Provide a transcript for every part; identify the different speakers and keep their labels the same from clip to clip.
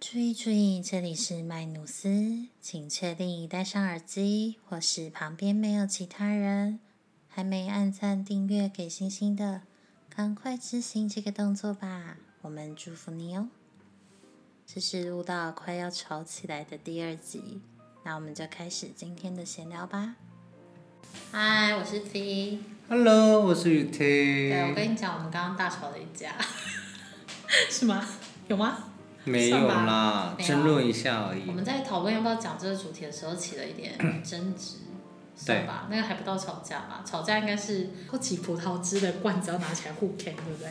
Speaker 1: 注意注意，这里是麦努斯，请确定已戴上耳机，或是旁边没有其他人。还没按赞、订阅、给星星的，赶快执行这个动作吧！我们祝福你哦。这是录到快要吵起来的第二集，那我们就开始今天的闲聊吧。嗨，我是 V。
Speaker 2: Hello，我是雨
Speaker 1: 对，我
Speaker 2: 婷。
Speaker 1: 跟你讲，我们刚刚大吵了一架， 是吗？有吗？
Speaker 2: 没有啦，
Speaker 1: 算吧没有
Speaker 2: 争论一下而
Speaker 1: 我
Speaker 2: 已。
Speaker 1: 们在讨论要不要讲这个主题的时候起了一 点争执，算吧，那个还不到吵架吧？吵架应该是后起葡萄汁的罐子要拿起来互 K，对不对？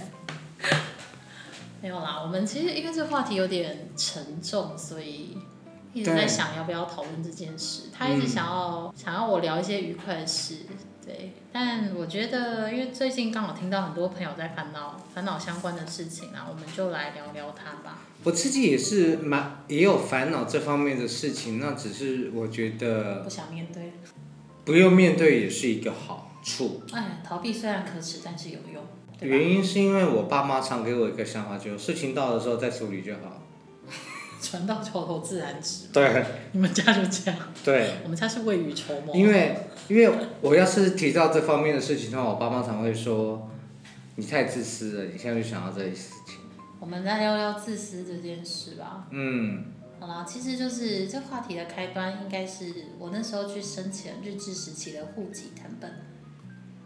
Speaker 1: 没有啦，我们其实因为这个话题有点沉重，所以一直在
Speaker 2: 对
Speaker 1: 想要不要讨论这件事。他一直
Speaker 2: 嗯
Speaker 1: 想要、想要我聊一些愉快的事，对。但我觉得，因为最近刚好听到很多朋友在烦恼烦恼相关的事情啊，我们就来聊聊它吧。
Speaker 2: 我自己也是蛮也有烦恼这方面的事情，那只是我觉得
Speaker 1: 不想面对，
Speaker 2: 不用面对也是一个好处。
Speaker 1: 哎，逃避虽然可耻，但是有用，对吧？
Speaker 2: 原因是因为我爸妈常给我一个想法，就是事情到的时候再处理就好。
Speaker 1: 船到桥头自然直，
Speaker 2: 对
Speaker 1: 你们家就这样，
Speaker 2: 对，
Speaker 1: 我们家是未雨绸缪。
Speaker 2: 因为因为我要是提到这方面的事情的话，我爸妈常会说你太自私了，你现在就想到这些事情。
Speaker 1: 我们来聊聊自私这件事吧。
Speaker 2: 嗯，
Speaker 1: 好啦，其实就是这话题的开端，应该是我那时候去申请日治时期的户籍成本，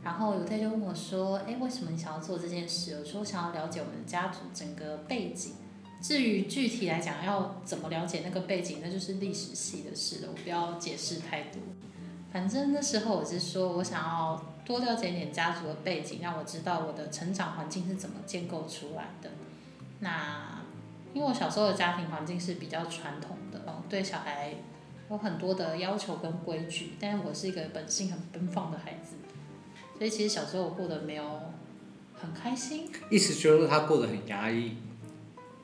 Speaker 1: 然后有太就问我说：“哎，为什么你想要做这件事？”我说：“我想要了解我们的家族整个背景。至于具体来讲要怎么了解那个背景，那就是历史系的事了，我不要解释太多。反正那时候我是说我想要多了解一点家族的背景，让我知道我的成长环境是怎么建构出来的。那因为我小时候的家庭环境是比较传统的哦，对小孩有很多的要求跟规矩，但是我是一个本性很奔放的孩子，所以其实小时候我过得没有很开心。
Speaker 2: 意思就是他过得很压抑。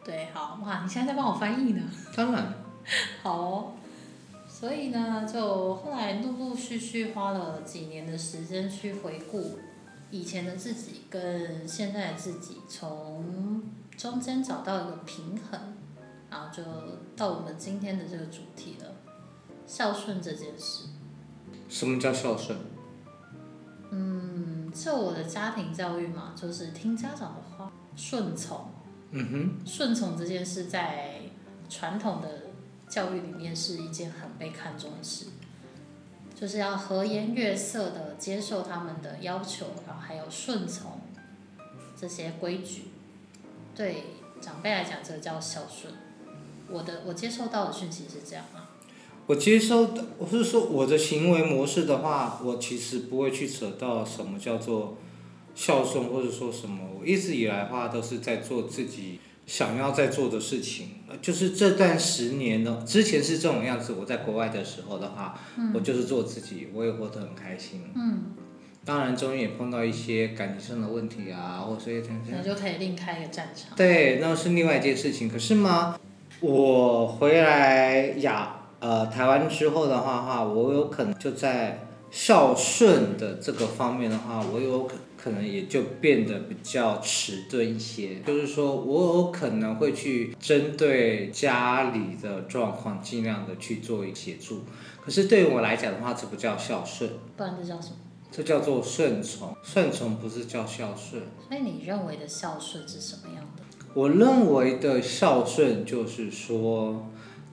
Speaker 1: 对，好哇，你现在在帮我翻译呢。
Speaker 2: 当然，
Speaker 1: 好、哦，所以呢，就后来陆陆续续花了几年的时间去回顾以前的自己跟现在的自己，从中间找到一个平衡，然后就到我们今天的这个主题了，孝顺这件事。
Speaker 2: 什么叫孝顺？
Speaker 1: 嗯，就我的家庭教育嘛，就是听家长的话，顺从。
Speaker 2: 嗯哼，
Speaker 1: 顺从这件事在传统的教育里面是一件很被看重的事，就是要和颜悦色的接受他们的要求，然后还有顺从这些规矩。对长辈来讲，这个叫孝顺。我的我接受到的讯息是这样啊，
Speaker 2: 我接受的，我是说我的行为模式的话，我其实不会去扯到什么叫做孝顺，或者说什么。我一直以来的话都是在做自己想要在做的事情，呃就是这段十年呢，之前是这种样子。我在国外的时候的话，我就是做自己，我也活得很开心。嗯。当然，中间也碰到一些感情上的问题啊，或者一些
Speaker 1: 那就可以另开一个战场。
Speaker 2: 对，那是另外一件事情。可是嘛，我回来亚呃台湾之后的话哈，我有可能就在孝顺的这个方面的话，我有可可能也就变得比较迟钝一些。就是说我有可能会去针对家里的状况，尽量的去做协助。可是对于我来讲的话，这不叫孝顺，
Speaker 1: 不然这叫什么？
Speaker 2: 这叫做顺从。顺从不是叫孝顺。
Speaker 1: 所以你认为的孝顺是什么样的？
Speaker 2: 我认为的孝顺就是说，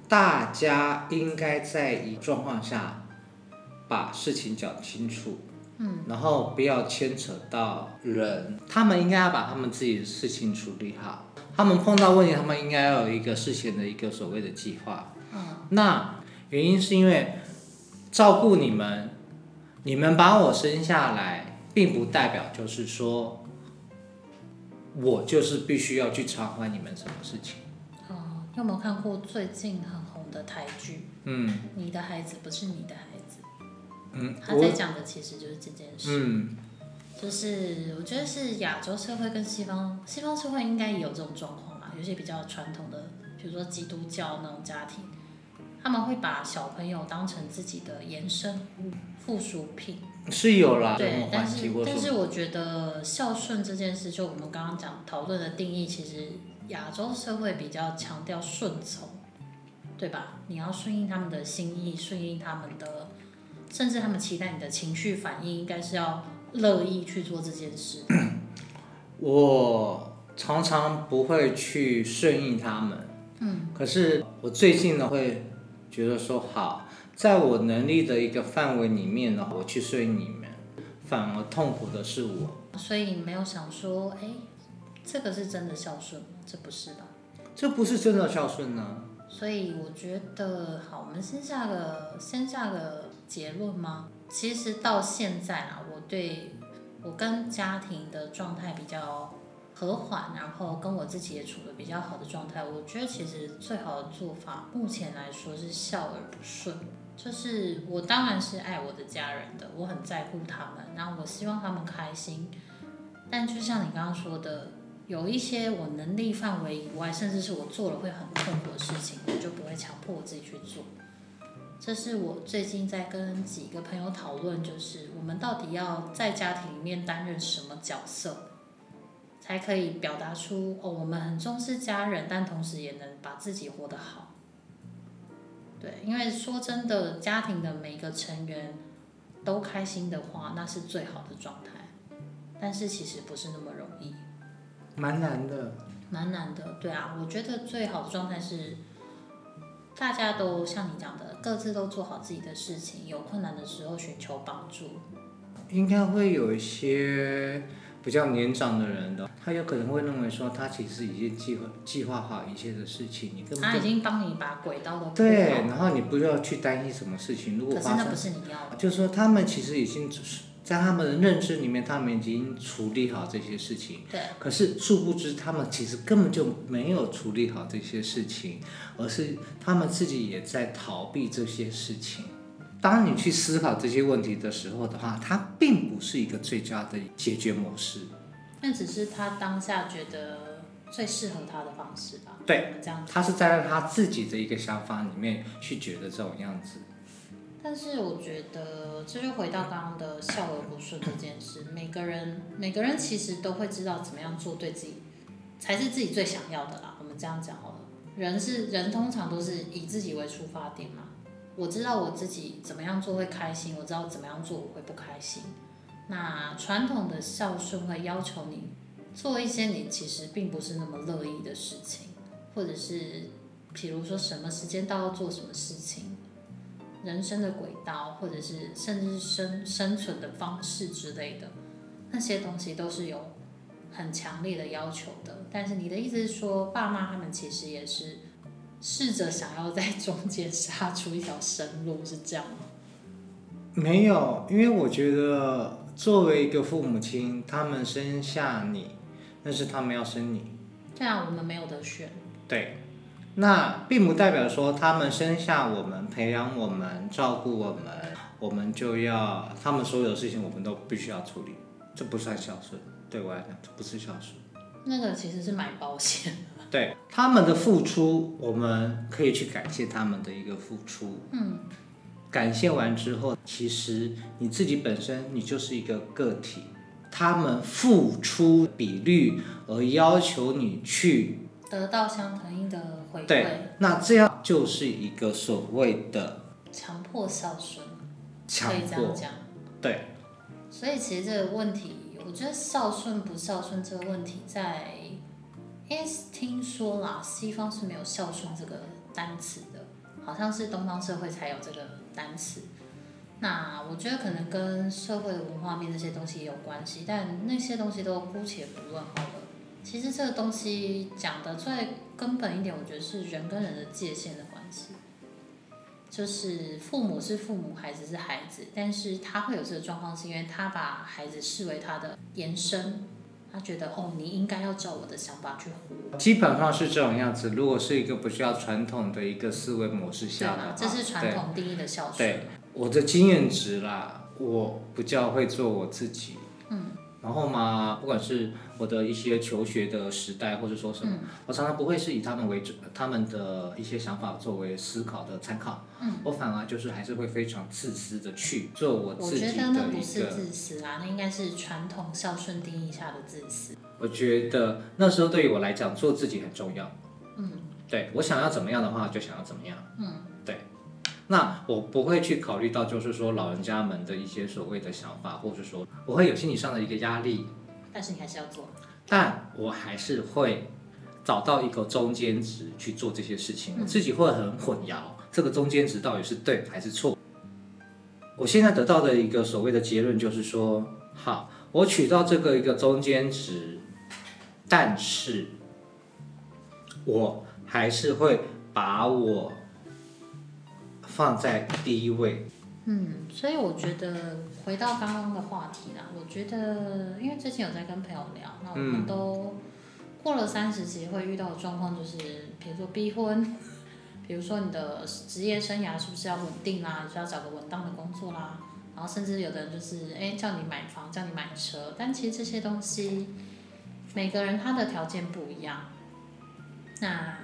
Speaker 2: 大家应该在一个状况下把事情讲清楚，嗯，然后不要牵扯到人，他们应该要把他们自己的事情处理好。他们碰到问题，他们应该要有一个事前的一个所谓的计划。
Speaker 1: 嗯，
Speaker 2: 那原因是因为照顾你们，你们把我生下来，并不代表就是说我就是必须要去偿还你们什么事情。
Speaker 1: 哦、你有没有看过最近很红的台剧？
Speaker 2: 嗯
Speaker 1: 你的孩子不是你的孩子，
Speaker 2: 嗯，
Speaker 1: 他在
Speaker 2: 我
Speaker 1: 讲的其实就是这件事，
Speaker 2: 嗯
Speaker 1: 就是我觉得是亚洲社会跟西方西方社会应该也有这种状况啊啦，有些比较传统的，比如说基督教那种家庭，他们会把小朋友当成自己的延伸附属品，
Speaker 2: 是有啦，
Speaker 1: 对，
Speaker 2: 环
Speaker 1: 但
Speaker 2: 境
Speaker 1: 是
Speaker 2: 或
Speaker 1: 但
Speaker 2: 什
Speaker 1: 是
Speaker 2: 么，
Speaker 1: 我觉得孝顺这件事，就我们刚刚讲讨论的定义，其实亚洲社会比较强调顺从，对吧？你要顺应他们的心意，顺应他们的，甚至他们期待你的情绪反应，应该是要乐意去做这件事。
Speaker 2: 我常常不会去顺应他们，嗯，可是我最近呢会觉得说好，在我能力的一个范围里面呢，我去顺应你们，反而痛苦的是我。
Speaker 1: 所以你没有想说，哎，这个是真的孝顺吗？这不是吧？
Speaker 2: 这不是真的孝顺呢、
Speaker 1: 所以我觉得，好，我们先下个先下个结论吗？其实到现在啊，我对我跟家庭的状态比较和缓，然后跟我自己也处的比较好的状态，我觉得其实最好的做法，目前来说是孝而不顺。就是我当然是爱我的家人的，我很在乎他们，然后我希望他们开心。但就像你刚刚说的，有一些我能力范围以外，甚至是我做了会很痛苦的事情，我就不会强迫我自己去做。这是我最近在跟几个朋友讨论，就是我们到底要在家庭里面担任什么角色，才可以表达出哦，我们很重视家人，但同时也能把自己活得好。对，因为说真的，家庭的每个成员都开心的话，那是最好的状态。但是其实不是那么容易。
Speaker 2: 蛮难的。
Speaker 1: 蛮难的，对啊，我觉得最好的状态是，大家都像你讲的，各自都做好自己的事情，有困难的时候寻求帮助。
Speaker 2: 应该会有一些比较年长的人的，他有可能会认为说，他其实已经计划计划好一切的事情，你根
Speaker 1: 他啊已
Speaker 2: 本就
Speaker 1: 经帮你把轨道都铺好
Speaker 2: 对，然后你不需要去担心什么事情，如果
Speaker 1: 可是
Speaker 2: 发
Speaker 1: 那
Speaker 2: 生
Speaker 1: 不是你要的，
Speaker 2: 就是说他们其实已经在他们的认知里面，他们已经处理好这些事情。
Speaker 1: 对啊
Speaker 2: 可是殊不知，他们其实根本就没有处理好这些事情，而是他们自己也在逃避这些事情。当你去思考这些问题的时候的话，它并不是一个最佳的解决模式。
Speaker 1: 那只是他当下觉得最适合他的方式吧。
Speaker 2: 对，
Speaker 1: 我们这样
Speaker 2: 他是站在他自己的一个想法里面去觉得这种样子。
Speaker 1: 但是我觉得，这就回到刚刚的笑而不顺这件事。每个人，每个人其实都会知道怎么样做对自己才是自己最想要的啦。我们这样讲好了，人是人，通常都是以自己为出发点嘛。我知道我自己怎么样做会开心，我知道怎么样做我会不开心。那传统的孝顺会要求你做一些你其实并不是那么乐意的事情，或者是比如说什么时间到要做什么事情。人生的轨道，或者是甚至是生生存的方式之类的，那些东西都是有很强烈的要求的。但是你的意思是说，爸妈他们其实也是试着想要在中间杀出一条生路，是这样吗？
Speaker 2: 没有，因为我觉得作为一个父母亲，他们生下你，但是他们要生你。
Speaker 1: 对啊，我们没有得选。
Speaker 2: 对，那并不代表说他们生下我们、培养我们、照顾我们，我们就要他们所有的事情我们都必须要处理，这不算孝顺。对我来讲，这不是孝顺。
Speaker 1: 那个其实是买保险，
Speaker 2: 对他们的付出，我们可以去感谢他们的一个付出。嗯，感谢完之后，其实你自己本身你就是一个个体，他们付出比率而要求你去
Speaker 1: 得到相对应的回馈，
Speaker 2: 对，那这样就是一个所谓的
Speaker 1: 强迫孝顺，
Speaker 2: 强
Speaker 1: 可以这样
Speaker 2: 迫。
Speaker 1: 讲。
Speaker 2: 对，
Speaker 1: 所以其实这个问题，我觉得孝顺不孝顺这个问题在，因为听说啦，西方是没有孝顺这个单词的，好像是东方社会才有这个单词。那我觉得可能跟社会的文化面这些东西也有关系，但那些东西都姑且不论好了。其实这个东西讲的最根本一点，我觉得是人跟人的界限的关系。就是父母是父母，孩子是孩子，但是他会有这个状况，是因为他把孩子视为他的延伸，他觉得哦，你应该要照我的想法去活，
Speaker 2: 基本上是这种样子。如果是一个比较传统的一个思维模式
Speaker 1: 对
Speaker 2: 下的
Speaker 1: 吗
Speaker 2: 话，？
Speaker 1: 这是传
Speaker 2: 对
Speaker 1: 统定义的孝顺
Speaker 2: 啊对。我的经验值啦，我比较会做我自己。嗯。然后嘛，不管是我的一些求学的时代，或者说什么，
Speaker 1: 嗯
Speaker 2: 我常常不会是以他们为主，他们的一些想法作为思考的参考。嗯。我反而就是还是会非常自私的去做我
Speaker 1: 我
Speaker 2: 自己
Speaker 1: 觉
Speaker 2: 的一
Speaker 1: 得
Speaker 2: 个。
Speaker 1: 那不是自私啊，那应该是传统孝顺定义下的自私。
Speaker 2: 我觉得那时候对于我来讲，做自己很重要。嗯，对我想要怎么样的话，就想要怎么样。
Speaker 1: 嗯，
Speaker 2: 那我不会去考虑到，就是说老人家们的一些所谓的想法，或者说我会有心理上的一个压力，
Speaker 1: 但是你还是要做。
Speaker 2: 但我还是会找到一个中间值去做这些事情，
Speaker 1: 嗯
Speaker 2: 我自己会很混淆，这个中间值到底是对还是错。我现在得到的一个所谓的结论就是说，好，我取到这个一个中间值，但是我还是会把我放在第一位。
Speaker 1: 嗯，所以我觉得回到刚刚的话题啦，我觉得因为最近有在跟朋友聊，那我们都过了三十，其实会遇到的状况就是，比如说逼婚，比如说你的职业生涯是不是要稳定啦，你是要找个稳当的工作啦，然后甚至有的人就是哎叫你买房，叫你买车，但其实这些东西每个人他的条件不一样，那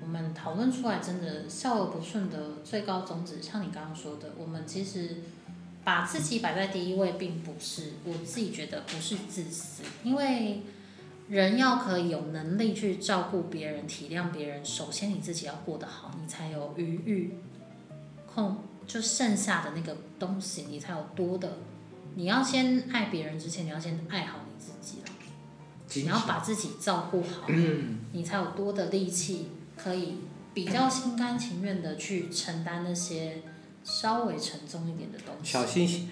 Speaker 1: 我们讨论出来，真的笑而不顺的最高宗旨，像你刚刚说的，我们其实把自己摆在第一位，并不是我自己觉得不是自私，因为人要可以有能力去照顾别人、体谅别人，首先你自己要过得好，你才有余裕空，就剩下的那个东西，你才有多的。你要先爱别人之前，你要先爱好你自己啦你要把自己照顾好，
Speaker 2: 嗯
Speaker 1: 你才有多的力气可以比较心甘情愿的去承担那些稍微沉重一点的东西
Speaker 2: 小。心，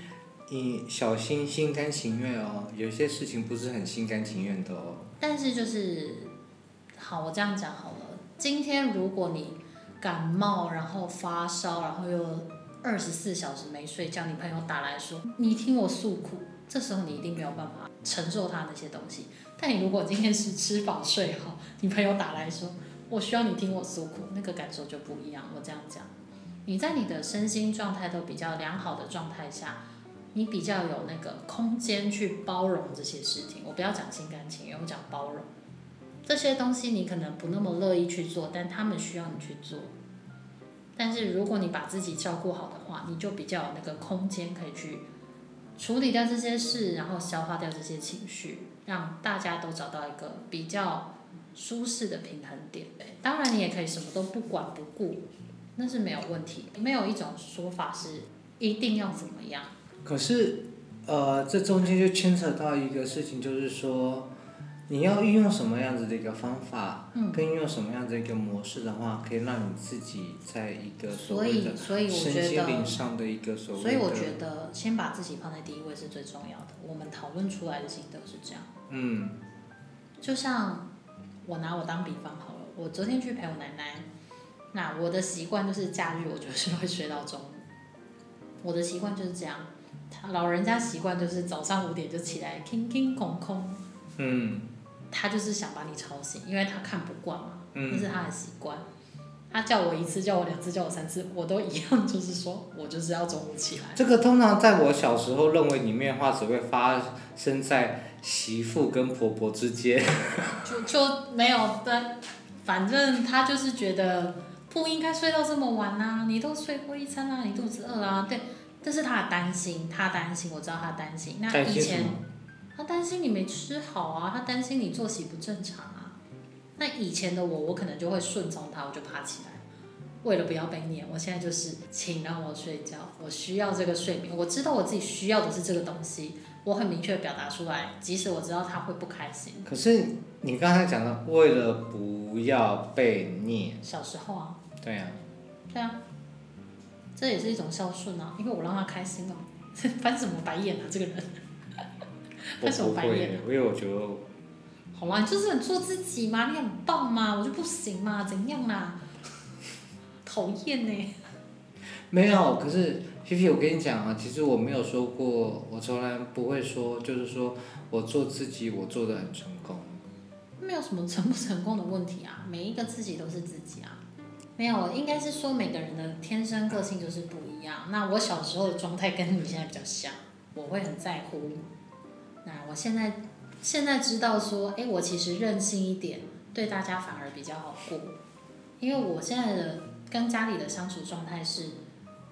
Speaker 2: 你小心心甘情愿哦，有些事情不是很心甘情愿的哦。
Speaker 1: 但是就是，好，我这样讲好了。今天如果你感冒，然后发烧，然后又二十四小时没睡觉，你朋友打来说你听我诉苦，这时候你一定没有办法承受他那些东西。但你如果今天是吃饱睡好，你朋友打来说我需要你听我诉苦，那个感受就不一样。我这样讲，你在你的身心状态都比较良好的状态下，你比较有那个空间去包容这些事情。我不要讲心甘情愿，我讲包容这些东西，你可能不那么乐意去做，但他们需要你去做。但是如果你把自己照顾好的话，你就比较有那个空间可以去处理掉这些事，然后消化掉这些情绪，让大家都找到一个比较舒适的平衡点。对当然，你也可以什么都不管不顾，那是没有问题。没有一种说法是一定要怎么样。
Speaker 2: 可是，呃，这中间就牵扯到一个事情，就是说，你要运用什么样子的一个方法，
Speaker 1: 嗯
Speaker 2: 跟运用什么样子的一个模式的话，可以让你自己在一个
Speaker 1: 所
Speaker 2: 所谓
Speaker 1: 以，
Speaker 2: 的
Speaker 1: 所以我
Speaker 2: 身
Speaker 1: 觉
Speaker 2: 心灵
Speaker 1: 得，
Speaker 2: 上的一个所谓
Speaker 1: 所
Speaker 2: 的，
Speaker 1: 以我觉得先把自己放在第一位是最重要的。我们讨论出来的心得是这样。
Speaker 2: 嗯
Speaker 1: 就像我拿我当比方好了，我昨天去陪我奶奶，那我的习惯就是假日我就是会睡到中午，我的习惯就是这样。他老人家习惯就是早上五点就起来，空空空空，
Speaker 2: 嗯
Speaker 1: 他就是想把你吵醒，因为他看不惯嘛，那
Speaker 2: 嗯
Speaker 1: 是他的习惯。他叫我一次，叫我两次，叫我三次，我都一样，就是说我就是要中午起来。
Speaker 2: 这个通常在我小时候认为里面的话，只会发生在媳妇跟婆婆之间。
Speaker 1: 就就没有但反正他就是觉得不应该睡到这么晚呐、你都睡过一餐啊啦、你肚子饿啦、对，这是他的担心，他担心，我知道他担心。那
Speaker 2: 担
Speaker 1: 以
Speaker 2: 心什
Speaker 1: 前
Speaker 2: 么
Speaker 1: 他担心你没吃好啊，他担心你作息不正常啊。那以前的我，我可能就会顺从他，我就爬起来。为了不要被念，我现在就是，请让我睡觉，我需要这个睡眠。我知道我自己需要的是这个东西，我很明确地表达出来，即使我知道他会不开心。
Speaker 2: 可是你刚才讲的，为了不要被虐，
Speaker 1: 小时候啊，
Speaker 2: 对呀、
Speaker 1: 对啊，这也是一种孝顺啊，因 为我让他开心了、翻什么白眼啊，这个人
Speaker 2: 我
Speaker 1: 为什么
Speaker 2: 不
Speaker 1: 白
Speaker 2: 会
Speaker 1: 眼啊
Speaker 2: 的，因为我觉得
Speaker 1: 好啦，你就是很做自己嘛，你很棒嘛，我就不行嘛，怎样啦？讨厌呢、
Speaker 2: 没有。可是皮皮，我跟你讲啊，其实我没有说过，我从来不会说，就是说我做自己，我做的很成功。
Speaker 1: 没有什么成不成功的问题啊， 每一个自己都是自己啊。没有，应该是说每个人的天生个性就是不一样。那我小时候的状态跟你现在比较像，我会很在乎。那我现在现在知道说，哎，我其实任性一点，对大家反而比较好过，因为我现在的跟家里的相处状态是，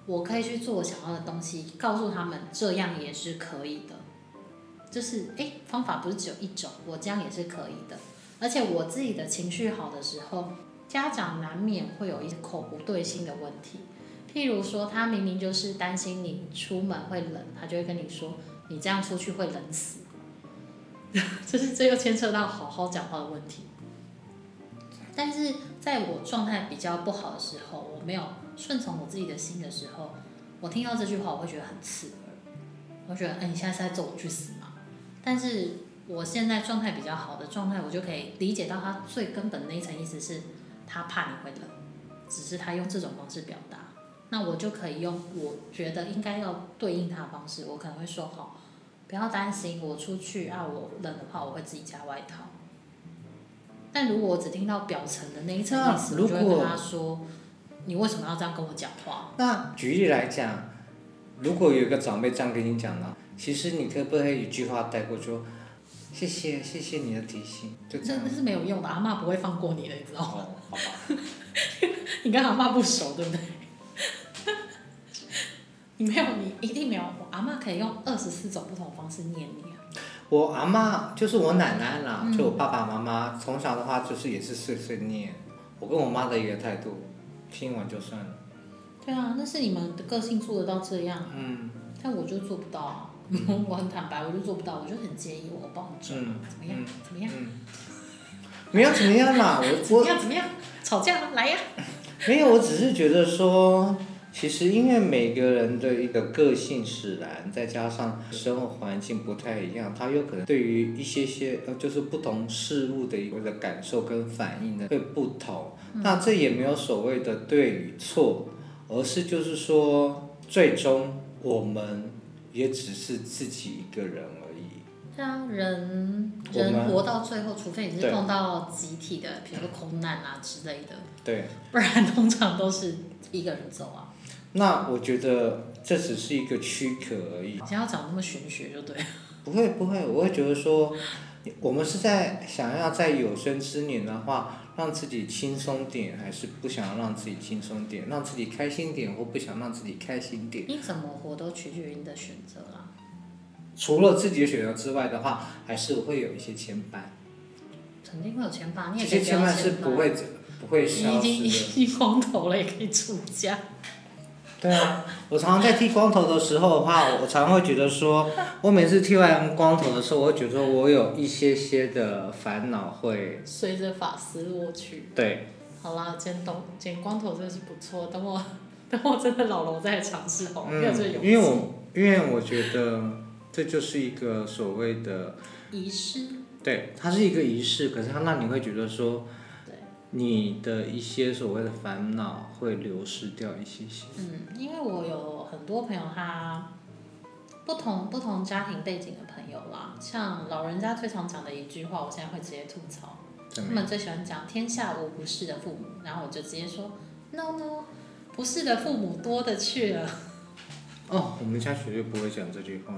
Speaker 1: 我可以去做我想要的东西，告诉他们这样也是可以的。就是哎，方法不是只有一种，我这样也是可以的。而且我自己的情绪好的时候，家长难免会有一些口不对心的问题，譬如说他明明就是担心你出门会冷，他就会跟你说你这样出去会冷死， 就是这又牵扯到好好讲话的问题。但是在我状态比较不好的时候，我没有顺从我自己的心的时候，我听到这句话我会觉得很刺耳，我会觉得哎、你现在是在咒我去死吗？但是我现在状态比较好的状态，我就可以理解到他最根本的那一层意思是，他怕你会冷，只是他用这种方式表达。那我就可以用我觉得应该要对应他的方式，我可能会说好，不要担心，我出去啊，我冷的话我会自己加外套。但如果我只听到表层的那一层意思，
Speaker 2: 那
Speaker 1: 我就会
Speaker 2: 如果
Speaker 1: 跟他说，你为什么要这样跟我讲话？
Speaker 2: 那举例来讲，如果有一个长辈这样跟你讲呢，其实你可不可以一句话带过说，谢谢谢谢你的提醒，就这
Speaker 1: 这
Speaker 2: 样
Speaker 1: 那。是没有用的，阿妈不会放过你的，你知道吗？
Speaker 2: 哦，好吧。
Speaker 1: 你跟阿妈不熟，对不 对？你没有，你一定没有。我阿妈可以用二十四种不同方式念你啊。
Speaker 2: 我阿妈就是我奶奶啦，
Speaker 1: 嗯
Speaker 2: 就我爸爸妈妈，从小的话就是也是碎碎念。我跟我妈的一个态度，听完就算了。
Speaker 1: 对啊，那是你们的个性做得到这样，
Speaker 2: 嗯
Speaker 1: 但我就做不到啊。 我很坦白，我就做不到，我就很介意，我包很重啊，怎么样
Speaker 2: 嗯？
Speaker 1: 怎么样？
Speaker 2: 嗯，没有怎么样啦，
Speaker 1: 怎么
Speaker 2: 我 我
Speaker 1: 样？怎么样？吵架啊来呀！
Speaker 2: 没有，我只是觉得说，其实因为每个人的一个个性使然，再加上生活环境不太一样，他有可能对于一些些呃，就是不同事物的一个感受跟反应呢会不同。那这也没有所谓的对与错，而是就是说，最终我们也只是自己一个人而已。
Speaker 1: 对啊，人
Speaker 2: 我们
Speaker 1: 人活到最后，除非你是
Speaker 2: 对
Speaker 1: 碰到集体的，比如说空难啊之类的，
Speaker 2: 对，
Speaker 1: 不然通常都是一个人走啊。
Speaker 2: 那我觉得这只是一个躯壳而已。
Speaker 1: 好像要讲那么玄学就对了。
Speaker 2: 不会不会，我会觉得说，我们是在想要在有生之年的话，让自己轻松点，还是不想要让自己轻松点，让自己开心点，或不想让自己开心点。
Speaker 1: 你怎么活都取决于你的选择啦。
Speaker 2: 除了自己的选择之外的话，还是会有一些牵绊，
Speaker 1: 肯定会有钱吧，你也可
Speaker 2: 这
Speaker 1: 以
Speaker 2: 些
Speaker 1: 不
Speaker 2: 牵
Speaker 1: 要
Speaker 2: 绊
Speaker 1: 钱
Speaker 2: 是不会不会
Speaker 1: 你已
Speaker 2: 消
Speaker 1: 经
Speaker 2: 失的。
Speaker 1: 已经光头了，也可以出家。
Speaker 2: 对啊，我常常在剃光头的时候的话，我常会觉得说，我每次剃完光头的时候，我会觉得我有一些些的烦恼会，
Speaker 1: 随着法丝落去。
Speaker 2: 对，
Speaker 1: 好啦，剪短剪光头真的是不错。等我 等我真的老了，我再来尝试好了，没有这个勇
Speaker 2: 嗯，
Speaker 1: 气。
Speaker 2: 因为我因为我觉得这就是一个所谓的，
Speaker 1: 遗失，
Speaker 2: 对，它是一个仪式，可是它让你会觉得说，
Speaker 1: 对，
Speaker 2: 你的一些所谓的烦恼会流失掉一些些。
Speaker 1: 嗯，因为我有很多朋友他。不同不同家庭背景的朋友啦，像老人家最常讲的一句话，我现在会直接吐槽，
Speaker 2: 怎
Speaker 1: 他
Speaker 2: 么样？
Speaker 1: 们最喜欢讲“天下无不是的父母”，然后我就直接说 “no no”，不是的父母多的去了。嗯
Speaker 2: 哦，我们家绝对不会讲这句话。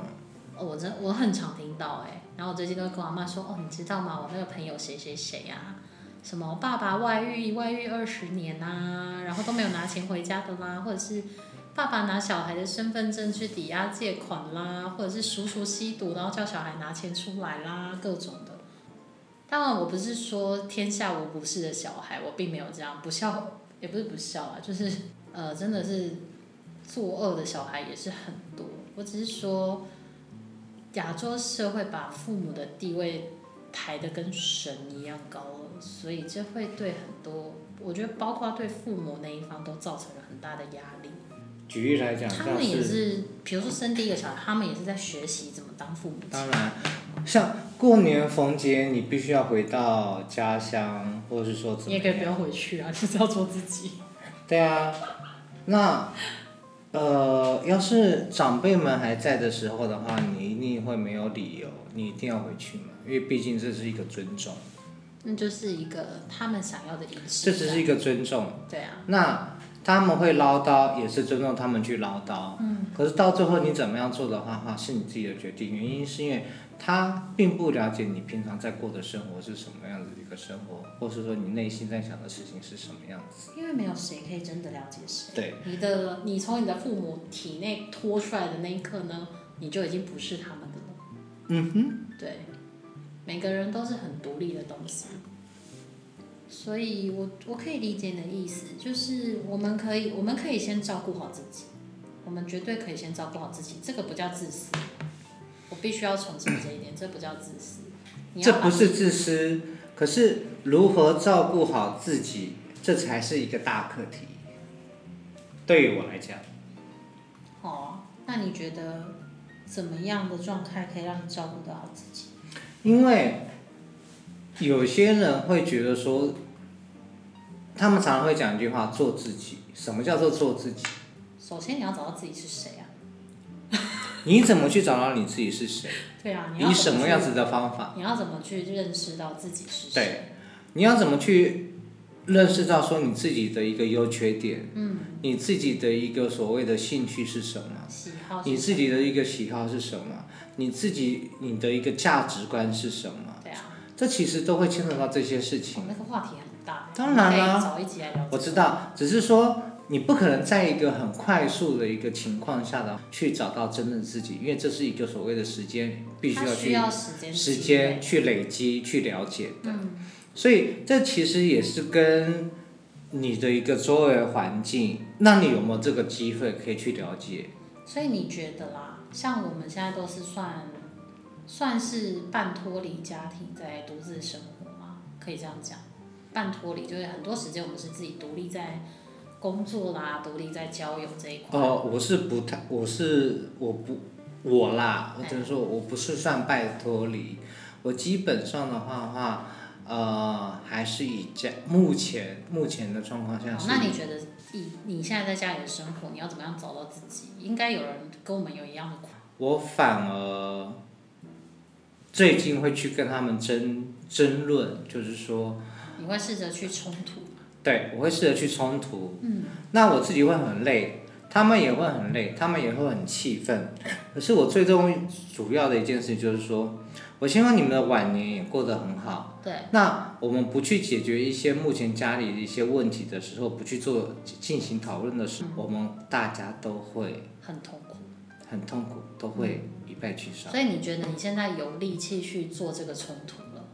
Speaker 1: 哦我真我很常听到哎、然后我最近都会跟我妈说：“哦，你知道吗？我那个朋友谁谁谁呀、什么爸爸外遇，外遇二十年呐、然后都没有拿钱回家的啦，或者是爸爸拿小孩的身份证去抵押借款啦，或者是叔叔吸毒，然后叫小孩拿钱出来啦，各种的。当然，我不是说天下无不是的小孩，我并没有这样不孝，也不是不孝啊，就是呃，真的是作恶的小孩也是很多。我只是说，亚洲社会把父母的地位抬得跟神一样高了，所以这会对很多，我觉得包括对父母那一方都造成了很大的压力。
Speaker 2: 举例来讲，
Speaker 1: 他
Speaker 2: 像
Speaker 1: 们也
Speaker 2: 是
Speaker 1: 是，比如说生第一个小孩，他们也是在学习怎么当父母亲。
Speaker 2: 当然，像过年逢节，你必须要回到家乡，或者是说怎
Speaker 1: 你
Speaker 2: 么
Speaker 1: 也可以
Speaker 2: 样
Speaker 1: 不？用回去啊，就是要做自己。
Speaker 2: 对啊，那呃，要是长辈们还在的时候的话，你一定会没有理由，你一定要回去嘛，因为毕竟这是一个尊重，
Speaker 1: 那就是一个他们想要的仪式
Speaker 2: 这
Speaker 1: 感。
Speaker 2: 只是一个尊重。
Speaker 1: 对啊，
Speaker 2: 那他们会唠叨，也是尊重他们去唠叨。
Speaker 1: 嗯，
Speaker 2: 可是到最后你怎么样做的话，话是你自己的决定。原因是因为他并不了解你平常在过的生活是什么样子的一个生活，或是说你内心在想的事情是什么样子。
Speaker 1: 因为没有谁可以真的了解谁。
Speaker 2: 对，
Speaker 1: 你的你从你的父母体内脱出来的那一刻呢，你就已经不是他们的了。
Speaker 2: 嗯哼，
Speaker 1: 对，每个人都是很独立的东西。所以我我可以理解你的意思，就是我们可以我们可以先照顾好自己，我们绝对可以先照顾好自己，这个不叫自私。我必须要重申这一点，这不叫自私。你要
Speaker 2: 这
Speaker 1: 把
Speaker 2: 不是自私，可是如何照顾好自己，这才是一个大课题。对于我来讲，
Speaker 1: 哦，那你觉得怎么样的状态可以让你照顾得好自己？
Speaker 2: 因为有些人会觉得说，他们常常会讲一句话：做自己。什么叫做做自己？
Speaker 1: 首先你要找到自己是谁啊？
Speaker 2: 你怎么去找到你自己是谁？
Speaker 1: 对啊，你要
Speaker 2: 以什
Speaker 1: 怎
Speaker 2: 么
Speaker 1: 去
Speaker 2: 样子的方法？
Speaker 1: 你要怎么去认识到自己是
Speaker 2: 对
Speaker 1: 谁？
Speaker 2: 你要怎么去认识到说你自己的一个优缺点？
Speaker 1: 嗯，
Speaker 2: 你自己的一个所谓的兴趣是什么？
Speaker 1: 喜好是
Speaker 2: 你自
Speaker 1: 什
Speaker 2: 己的一个喜好是什么？你自己你的一个价值观是什么
Speaker 1: 么？对啊，
Speaker 2: 这其实都会牵扯到这些事
Speaker 1: 哦
Speaker 2: 情。
Speaker 1: 那个话题很大，
Speaker 2: 当然啊
Speaker 1: 可以找一集来聊。
Speaker 2: 我知，道，只是说你不可能在一个很快速的一个情况下的去找到真正的自己，因为这是一个所谓的时间必须
Speaker 1: 它
Speaker 2: 要
Speaker 1: 需
Speaker 2: 去
Speaker 1: 要时间
Speaker 2: 时
Speaker 1: 积
Speaker 2: 间
Speaker 1: 累，
Speaker 2: 去累积去了解的。
Speaker 1: 嗯，
Speaker 2: 所以这其实也是跟你的一个周围环境，那你有没有这个机会可以去了解？
Speaker 1: 所以你觉得啦，像我们现在都是算算是半脱离家庭在独自生活嘛，可以这样讲，半脱离就是很多时间我们是自己独立在工作啦，独立在交友这一块。
Speaker 2: 哦，我是不太，我是我不我啦，我只能说我不是算拜托离，我基本上的话话，呃，还是以家目前目前的状况下
Speaker 1: 好
Speaker 2: 是，
Speaker 1: 哦那你觉得以你现在在家里的生活，你要怎么样找到自己？应该有人跟我们有一样的困
Speaker 2: 我反而最近会去跟他们争争论，就是说，
Speaker 1: 你会试着去冲突吗？
Speaker 2: 对我会试着去冲突，
Speaker 1: 嗯，
Speaker 2: 那我自己会很累，他们也会很累，他们也会很气愤。可是我最终主要的一件事就是说，我希望你们的晚年也过得很好。
Speaker 1: 对，
Speaker 2: 那我们不去解决一些目前家里的一些问题的时候，不去做进行讨论的时候，我们大家都会
Speaker 1: 很痛苦。
Speaker 2: 很痛苦，都会一败俱伤。
Speaker 1: 所以你觉得你现在有力气去做这个冲突了？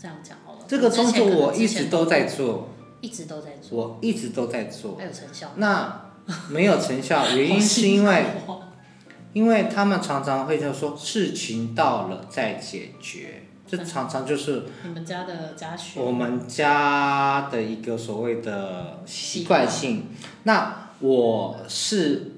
Speaker 1: 这样讲好了。
Speaker 2: 这个
Speaker 1: 之前
Speaker 2: 工作
Speaker 1: 可能
Speaker 2: 我
Speaker 1: 之
Speaker 2: 一
Speaker 1: 前
Speaker 2: 直都在做，
Speaker 1: 一直都在做，
Speaker 2: 我一直都在做。
Speaker 1: 还有成效吗。
Speaker 2: 那没有成效，原因
Speaker 1: 好
Speaker 2: 是
Speaker 1: 辛
Speaker 2: 因为
Speaker 1: 苦哦
Speaker 2: 因为他们常常会就说事情到了再解决，这常常就是
Speaker 1: 你们家的家学
Speaker 2: 我们家的一个所谓的习惯性。那我是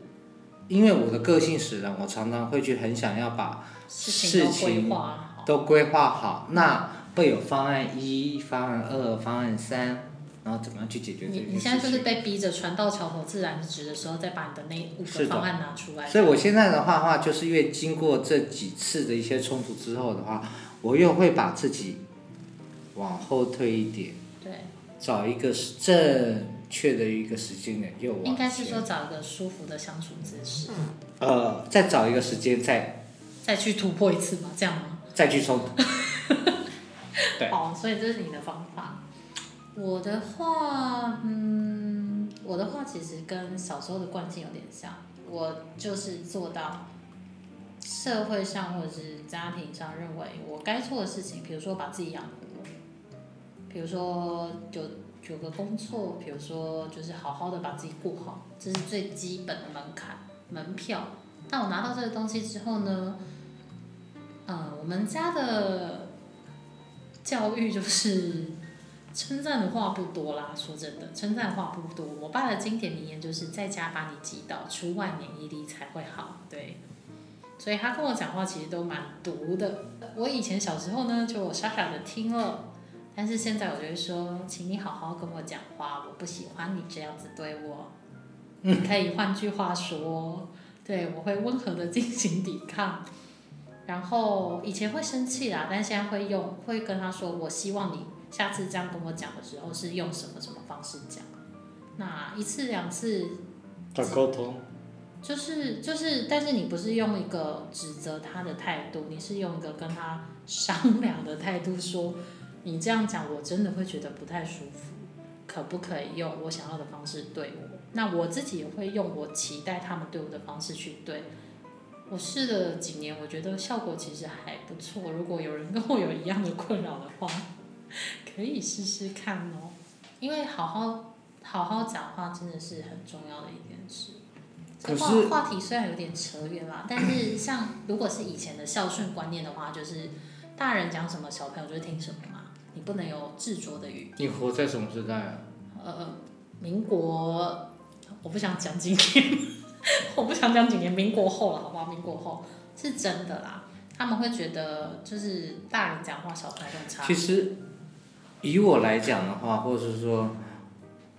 Speaker 2: 因为我的个性使然，我常常会去很想要把
Speaker 1: 事情都
Speaker 2: 事情
Speaker 1: 规划啊好，
Speaker 2: 都规划好，那会有方案一、方案二、方案三，然后怎么样去解决
Speaker 1: 你
Speaker 2: 这件事情。
Speaker 1: 你现在就是被逼着船到桥头自然直的时候，再把你的那五
Speaker 2: 是
Speaker 1: 个
Speaker 2: 的
Speaker 1: 方案拿出来。
Speaker 2: 所以我现在的话话，就是因为经过这几次的一些冲突之后的话，我又会把自己往后退一点，
Speaker 1: 对，
Speaker 2: 找一个正确的一个时间点，又往前
Speaker 1: 应该是说找一个舒服的相处姿势，
Speaker 2: 呃，再找一个时间再
Speaker 1: 再去突破一次嘛，这样吗？
Speaker 2: 再去冲突。对
Speaker 1: 哦，所以这是你的方法。我的话，嗯，我的话其实跟小时候的惯性有点像，我就是做到社会上或者是家庭上认为我该做的事情，比如说把自己养活，比如说有有个工作，比如说就是好好的把自己过好，这是最基本的门槛门票。但我拿到这个东西之后呢，呃，我们家的教育就是称赞的话不多啦，说真的，称赞话不多。我爸的经典名言就是“在家把你击倒，出外免疫力才会好”。对，所以他跟我讲话其实都蛮毒的。我以前小时候呢，就傻傻的听了，但是现在我就会说，请你好好跟我讲话，我不喜欢你这样子对我。你可以换句话说，对我会温和的进行抵抗。然后以前会生气啦，但现在会用，会跟他说，我希望你下次这样跟我讲的时候是用什么什么方式讲。那一次两次
Speaker 2: 找沟通，
Speaker 1: 就是就是，但是你不是用一个指责他的态度，你是用一个跟他商量的态度说，你这样讲我真的会觉得不太舒服，可不可以用我想要的方式对我？那我自己也会用我期待他们对我的方式去对。我试了几年，我觉得效果其实还不错。如果有人跟我有一样的困扰的话，可以试试看哦，因为好好好好讲话真的是很重要的一件事。这
Speaker 2: 可
Speaker 1: 话
Speaker 2: 是
Speaker 1: 话题虽然有点扯远啦，但是像如果是以前的孝顺观念的话，就是大人讲什么，小朋友就听什么嘛，你不能有执着的语。
Speaker 2: 你活在什么时代啊？
Speaker 1: 呃，民国，我不想讲几年，我不想讲几年，民国后了，好不好？民国后是真的啦，他们会觉得就是大人讲话，小朋友更差
Speaker 2: 其。实，以我来讲的话，或者是说，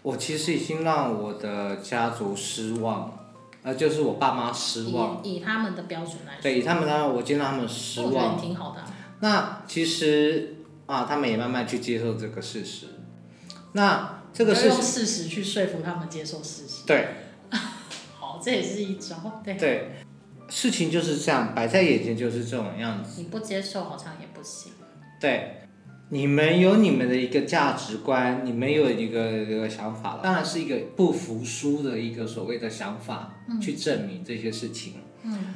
Speaker 2: 我其实已经让我的家族失望，呃，就是我爸妈失望。
Speaker 1: 以以他们的标准来说，
Speaker 2: 对，以他们当然，我已经让他们失
Speaker 1: 我觉得
Speaker 2: 望。
Speaker 1: 你挺好的啊、
Speaker 2: 那其实啊，他们也慢慢去接受这个事实。那这个
Speaker 1: 要
Speaker 2: 事
Speaker 1: 用
Speaker 2: 实，
Speaker 1: 事实去说服他们接受事实。
Speaker 2: 对
Speaker 1: 好，这也是一招。对，
Speaker 2: 对，事情就是这样，摆在眼前就是这种样子。
Speaker 1: 你不接受好像也不行。
Speaker 2: 对，你们有你们的一个价值观，你们有一个一个想法了，当然是一个不服输的一个所谓的想法，去证明这些事情。
Speaker 1: 嗯，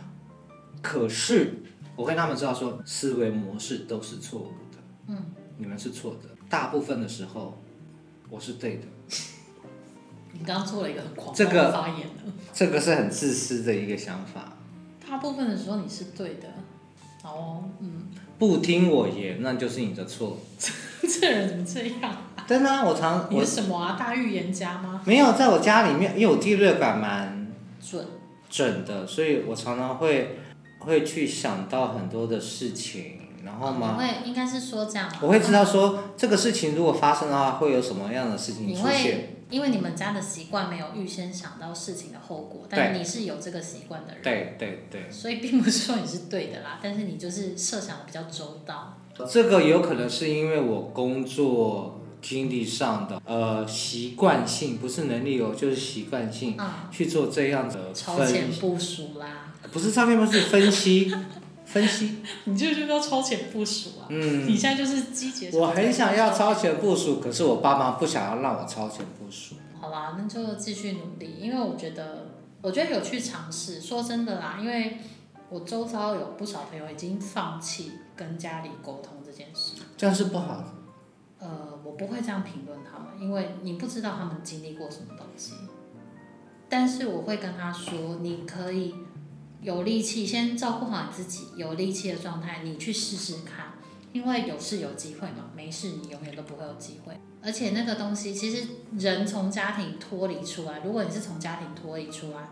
Speaker 2: 可是我跟他们知道说，思维模式都是错误的。嗯，你们是错的，大部分的时候我是对的，
Speaker 1: 你刚刚做了一个很狂
Speaker 2: 这
Speaker 1: 妄的
Speaker 2: 个
Speaker 1: 发言了。
Speaker 2: 这个是很自私的一个想法。
Speaker 1: 大部分的时候你是对的。哦，嗯，
Speaker 2: 不听我言，那就是你的错。
Speaker 1: 这人怎么这样？
Speaker 2: 真的啊、我 常
Speaker 1: 你
Speaker 2: 我
Speaker 1: 是什么啊？大预言家吗？
Speaker 2: 没有在我家里面，因为我第六感蛮
Speaker 1: 准。
Speaker 2: 准的，所以我常常会会去想到很多的事情，然后
Speaker 1: 你
Speaker 2: 嘛，
Speaker 1: 会应该是说这样吧。
Speaker 2: 我会知道说这个事情如果发生的话，会有什么样的事情
Speaker 1: 你
Speaker 2: 出现。
Speaker 1: 会因为你们家的习惯没有预先想到事情的后果，
Speaker 2: 对
Speaker 1: 但你是有这个习惯的人。
Speaker 2: 对对对，
Speaker 1: 所以并不是说你是对的啦，但是你就是设想的比较周到。
Speaker 2: 这个有可能是因为我工作经历上的呃习惯性，不是能力哦，就是习惯性
Speaker 1: 嗯，
Speaker 2: 去做这样的
Speaker 1: 超前
Speaker 2: 分，
Speaker 1: 部署啦，
Speaker 2: 不是照片吗？是分析， 分析。
Speaker 1: 你这就叫超前部署啊！
Speaker 2: 嗯，
Speaker 1: 你现在就是积极。
Speaker 2: 我很想要。超前部署，可是我爸妈不想要让我超前部署。
Speaker 1: 好啦，那就继续努力，因为我觉得，我觉得有去尝试。说真的啦，因为我周遭有不少朋友已经放弃跟家里沟通这件事。
Speaker 2: 这样是不好的。
Speaker 1: 呃，我不会这样评论他们，因为你不知道他们经历过什么东西。但是我会跟他说，你可以有力气，先照顾好你自己，有力气的状态，你去试试看，因为有事有机会嘛，没事你永远都不会有机会。而且那个东西，其实人从家庭脱离出来，如果你是从家庭脱离出来，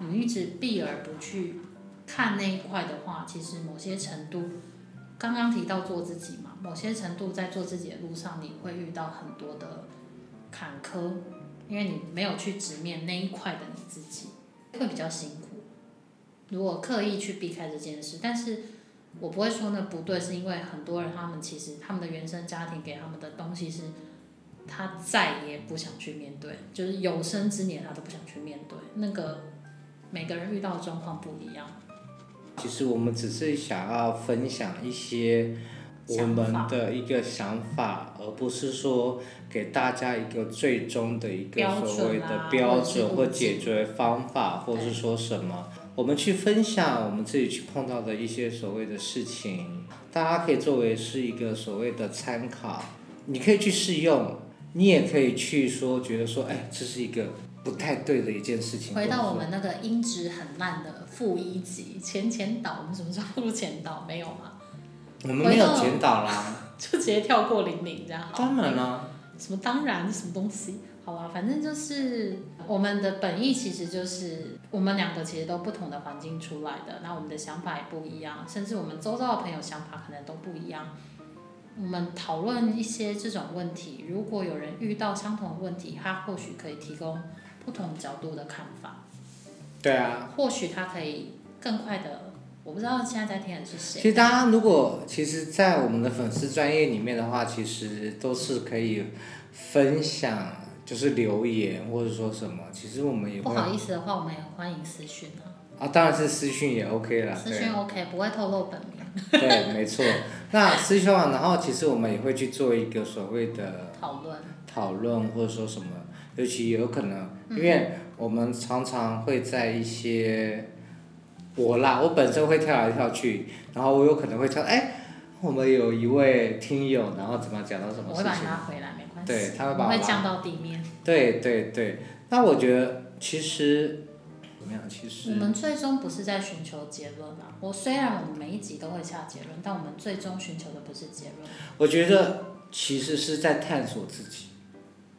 Speaker 1: 你一直避而不去看那一块的话，其实某些程度刚刚提到做自己嘛，某些程度在做自己的路上，你会遇到很多的坎坷，因为你没有去直面那一块的你自己，会比较辛苦。如果刻意去避开这件事，但是我不会说那不对，是因为很多人他们其实他们的原生家庭给他们的东西是，他再也不想去面对，就是有生之年他都不想去面对。那个每个人遇到的状况不一样，
Speaker 2: 其实我们只是想要分享一些我们的一个想法，而不是说给大家一个最终的一个
Speaker 1: 标准啊
Speaker 2: 所谓的标准
Speaker 1: 或
Speaker 2: 或
Speaker 1: 者是
Speaker 2: 解决方法，
Speaker 1: 对
Speaker 2: 或是说什么。我们去分享我们自己去碰到的一些所谓的事情，大家可以作为是一个所谓的参考，你可以去试用，你也可以去说觉得说，哎，这是一个不太对的一件事情。
Speaker 1: 回
Speaker 2: 或者
Speaker 1: 到
Speaker 2: 说
Speaker 1: 我们那个音质很烂的负一集前前导，我们什么时候录前导没有吗？
Speaker 2: 我们没有
Speaker 1: 回到
Speaker 2: 检讨啦，
Speaker 1: 就直接跳过零零这样好。
Speaker 2: 当然啦、
Speaker 1: 什么当然什么东西？好吧，反正就是我们的本意其实就是我们两个其实都不同的环境出来的，那我们的想法也不一样，甚至我们周遭的朋友想法可能都不一样。我们讨论一些这种问题，如果有人遇到相同的问题，他或许可以提供不同角度的看法。
Speaker 2: 对啊，
Speaker 1: 或许他可以更快的，我不知道现在在听的是
Speaker 2: 其
Speaker 1: 谁。
Speaker 2: 实大家如果其实，在我们的粉丝专业里面的话，其实都是可以分享，就是留言或者说什么。其实我们也
Speaker 1: 不
Speaker 2: 会
Speaker 1: 好意思的话，我们也欢迎私讯啊，
Speaker 2: 啊，当然是私讯也 OK 啦，
Speaker 1: 私
Speaker 2: 对
Speaker 1: 讯 OK，不会透露本名
Speaker 2: 对，没错。那私讯完，然后其实我们也会去做一个所谓的
Speaker 1: 讨论。啊
Speaker 2: 讨论或者说什么，尤其有可能，
Speaker 1: 嗯
Speaker 2: 因为我们常常会在一些我啦，我本身会跳来跳去，然后我有可能会跳，哎，我们有一位听友，然后怎么讲到什么
Speaker 1: 我
Speaker 2: 事
Speaker 1: 会把你
Speaker 2: 情？
Speaker 1: 拉回来，没关系，
Speaker 2: 对他会把
Speaker 1: 我
Speaker 2: 我
Speaker 1: 们
Speaker 2: 拉
Speaker 1: 会降到地面。
Speaker 2: 对对对，那我觉得其实
Speaker 1: 嗯
Speaker 2: 怎么样？其
Speaker 1: 我
Speaker 2: 实
Speaker 1: 们最终不是在寻求结论啊。我虽然我们每一集都会下结论，但我们最终寻求的不是结论。
Speaker 2: 我觉得其实是在探索自己。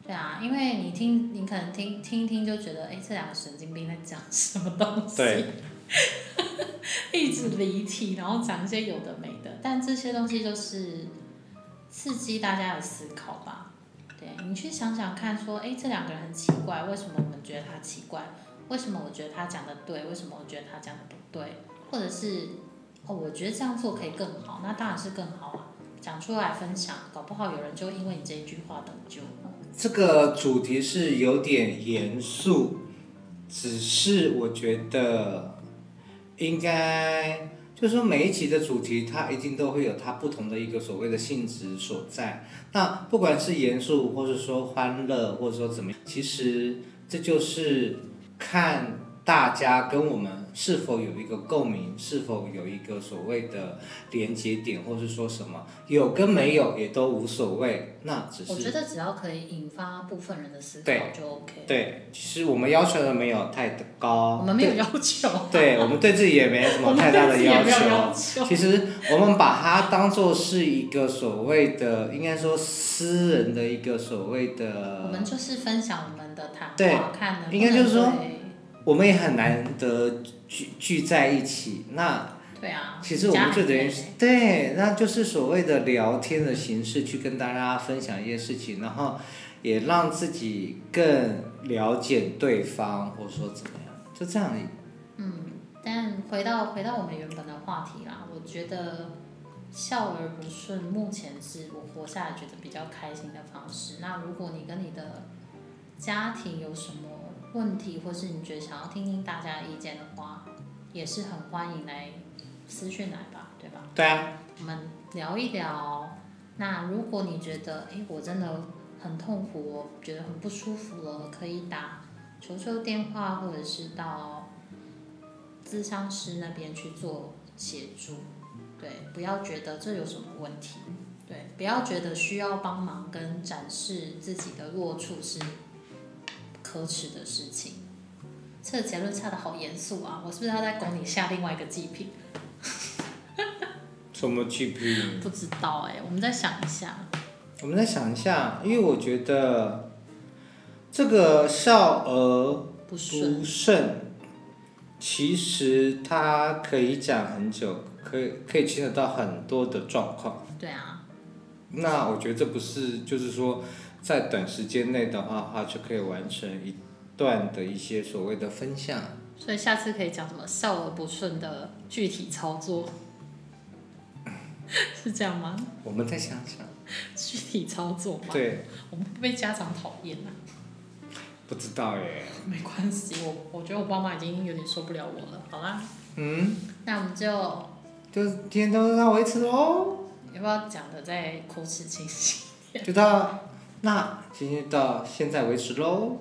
Speaker 1: 对啊，因为你听，你可能听听一听就觉得，哎，这两个神经病在讲什么东西？
Speaker 2: 对，
Speaker 1: 一直离题，然后讲一些有的没的。但这些东西就是刺激大家的思考吧。对你去想想看，说，哎，这两个人很奇怪，为什么我们觉得他奇怪？为什么我觉得他讲的对？为什么我觉得他讲的不对？或者是，哦，我觉得这样做可以更好，那当然是更好啊。讲出来分享，搞不好有人就因为你这一句话得救。
Speaker 2: 这个主题是有点严肃，只是我觉得应该就是说每一集的主题，它一定都会有它不同的一个所谓的性质所在。那不管是严肃，或是说欢乐，或者说怎么样，其实这就是看大家跟我们是否有一个共鸣，是否有一个所谓的连接点，或是说什么有跟没有也都无所谓。那只是
Speaker 1: 我觉得只要可以引发部分人的思考
Speaker 2: 对
Speaker 1: 就 OK。
Speaker 2: 对，其实我们要求的没有太高，
Speaker 1: 我们没有要求，
Speaker 2: 对，对我们对自己也没什
Speaker 1: 我
Speaker 2: 么
Speaker 1: 们
Speaker 2: 太
Speaker 1: 对
Speaker 2: 大
Speaker 1: 自
Speaker 2: 的
Speaker 1: 己也
Speaker 2: 要
Speaker 1: 没有
Speaker 2: 求。
Speaker 1: 要求。
Speaker 2: 其实我们把它当做是一个所谓的，应该说私人的一个所谓
Speaker 1: 呃我
Speaker 2: 的，
Speaker 1: 们就是分享我们的谈
Speaker 2: 对
Speaker 1: 话，看能不能
Speaker 2: 应该就是说
Speaker 1: 对
Speaker 2: 我们也很难得聚聚在一起。那
Speaker 1: 对啊，
Speaker 2: 其实我们就等
Speaker 1: 家里
Speaker 2: 于
Speaker 1: 面
Speaker 2: 是对，那就是所谓的聊天的形式去跟大家分享一些事情，然后也让自己更了解对方，或者说怎么样，就这样而已。
Speaker 1: 但回到回到我们原本的话题啦，我觉得笑而不顺，目前是我活下来觉得比较开心的方式。那如果你跟你的家庭有什么问题，或是你觉得想要听听大家的意见的话，也是很欢迎来私讯来吧，对吧？
Speaker 2: 对啊。
Speaker 1: 我们聊一聊。那如果你觉得，哎，我真的很痛苦，我觉得很不舒服了，可以打求救电话，或者是到咨商师那边去做协助。对，不要觉得这有什么问题，对，不要觉得需要帮忙跟展示自己的弱处是可耻的事情。这个结论下的好严肃啊！我是不是要再拱你下另外一个祭品？
Speaker 2: 什么去评？
Speaker 1: 不知道哎、我们再想一下。
Speaker 2: 我们再想一下，因为我觉得这个少儿
Speaker 1: 不顺，
Speaker 2: 不慎，其实它可以讲很久，可以可以牵扯到很多的状况。
Speaker 1: 对啊，
Speaker 2: 那我觉得这不是就是说，在短时间内的话，话就可以完成一段的一些所谓的分享。
Speaker 1: 所以下次可以讲什么笑而不顺的具体操作， 是这样吗？
Speaker 2: 我们再想想，
Speaker 1: 具体操作吗？，
Speaker 2: 对，
Speaker 1: 我们会被家长讨厌啊。
Speaker 2: 不知道耶。
Speaker 1: 没关系，我我觉得我爸妈已经有点受不了我了。好啦，
Speaker 2: 嗯，
Speaker 1: 那我们就
Speaker 2: 就是今天都到为止喽。
Speaker 1: 要不要讲的再口齿清晰？
Speaker 2: 就到那，今天就到现在为止喽，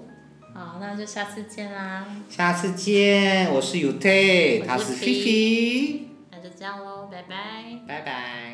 Speaker 1: 好，那就下次见啦，
Speaker 2: 下次见。我是 U T，
Speaker 1: 我是
Speaker 2: 他是菲
Speaker 1: Fifi
Speaker 2: 菲，
Speaker 1: 那就这样喽，拜拜。
Speaker 2: 拜拜。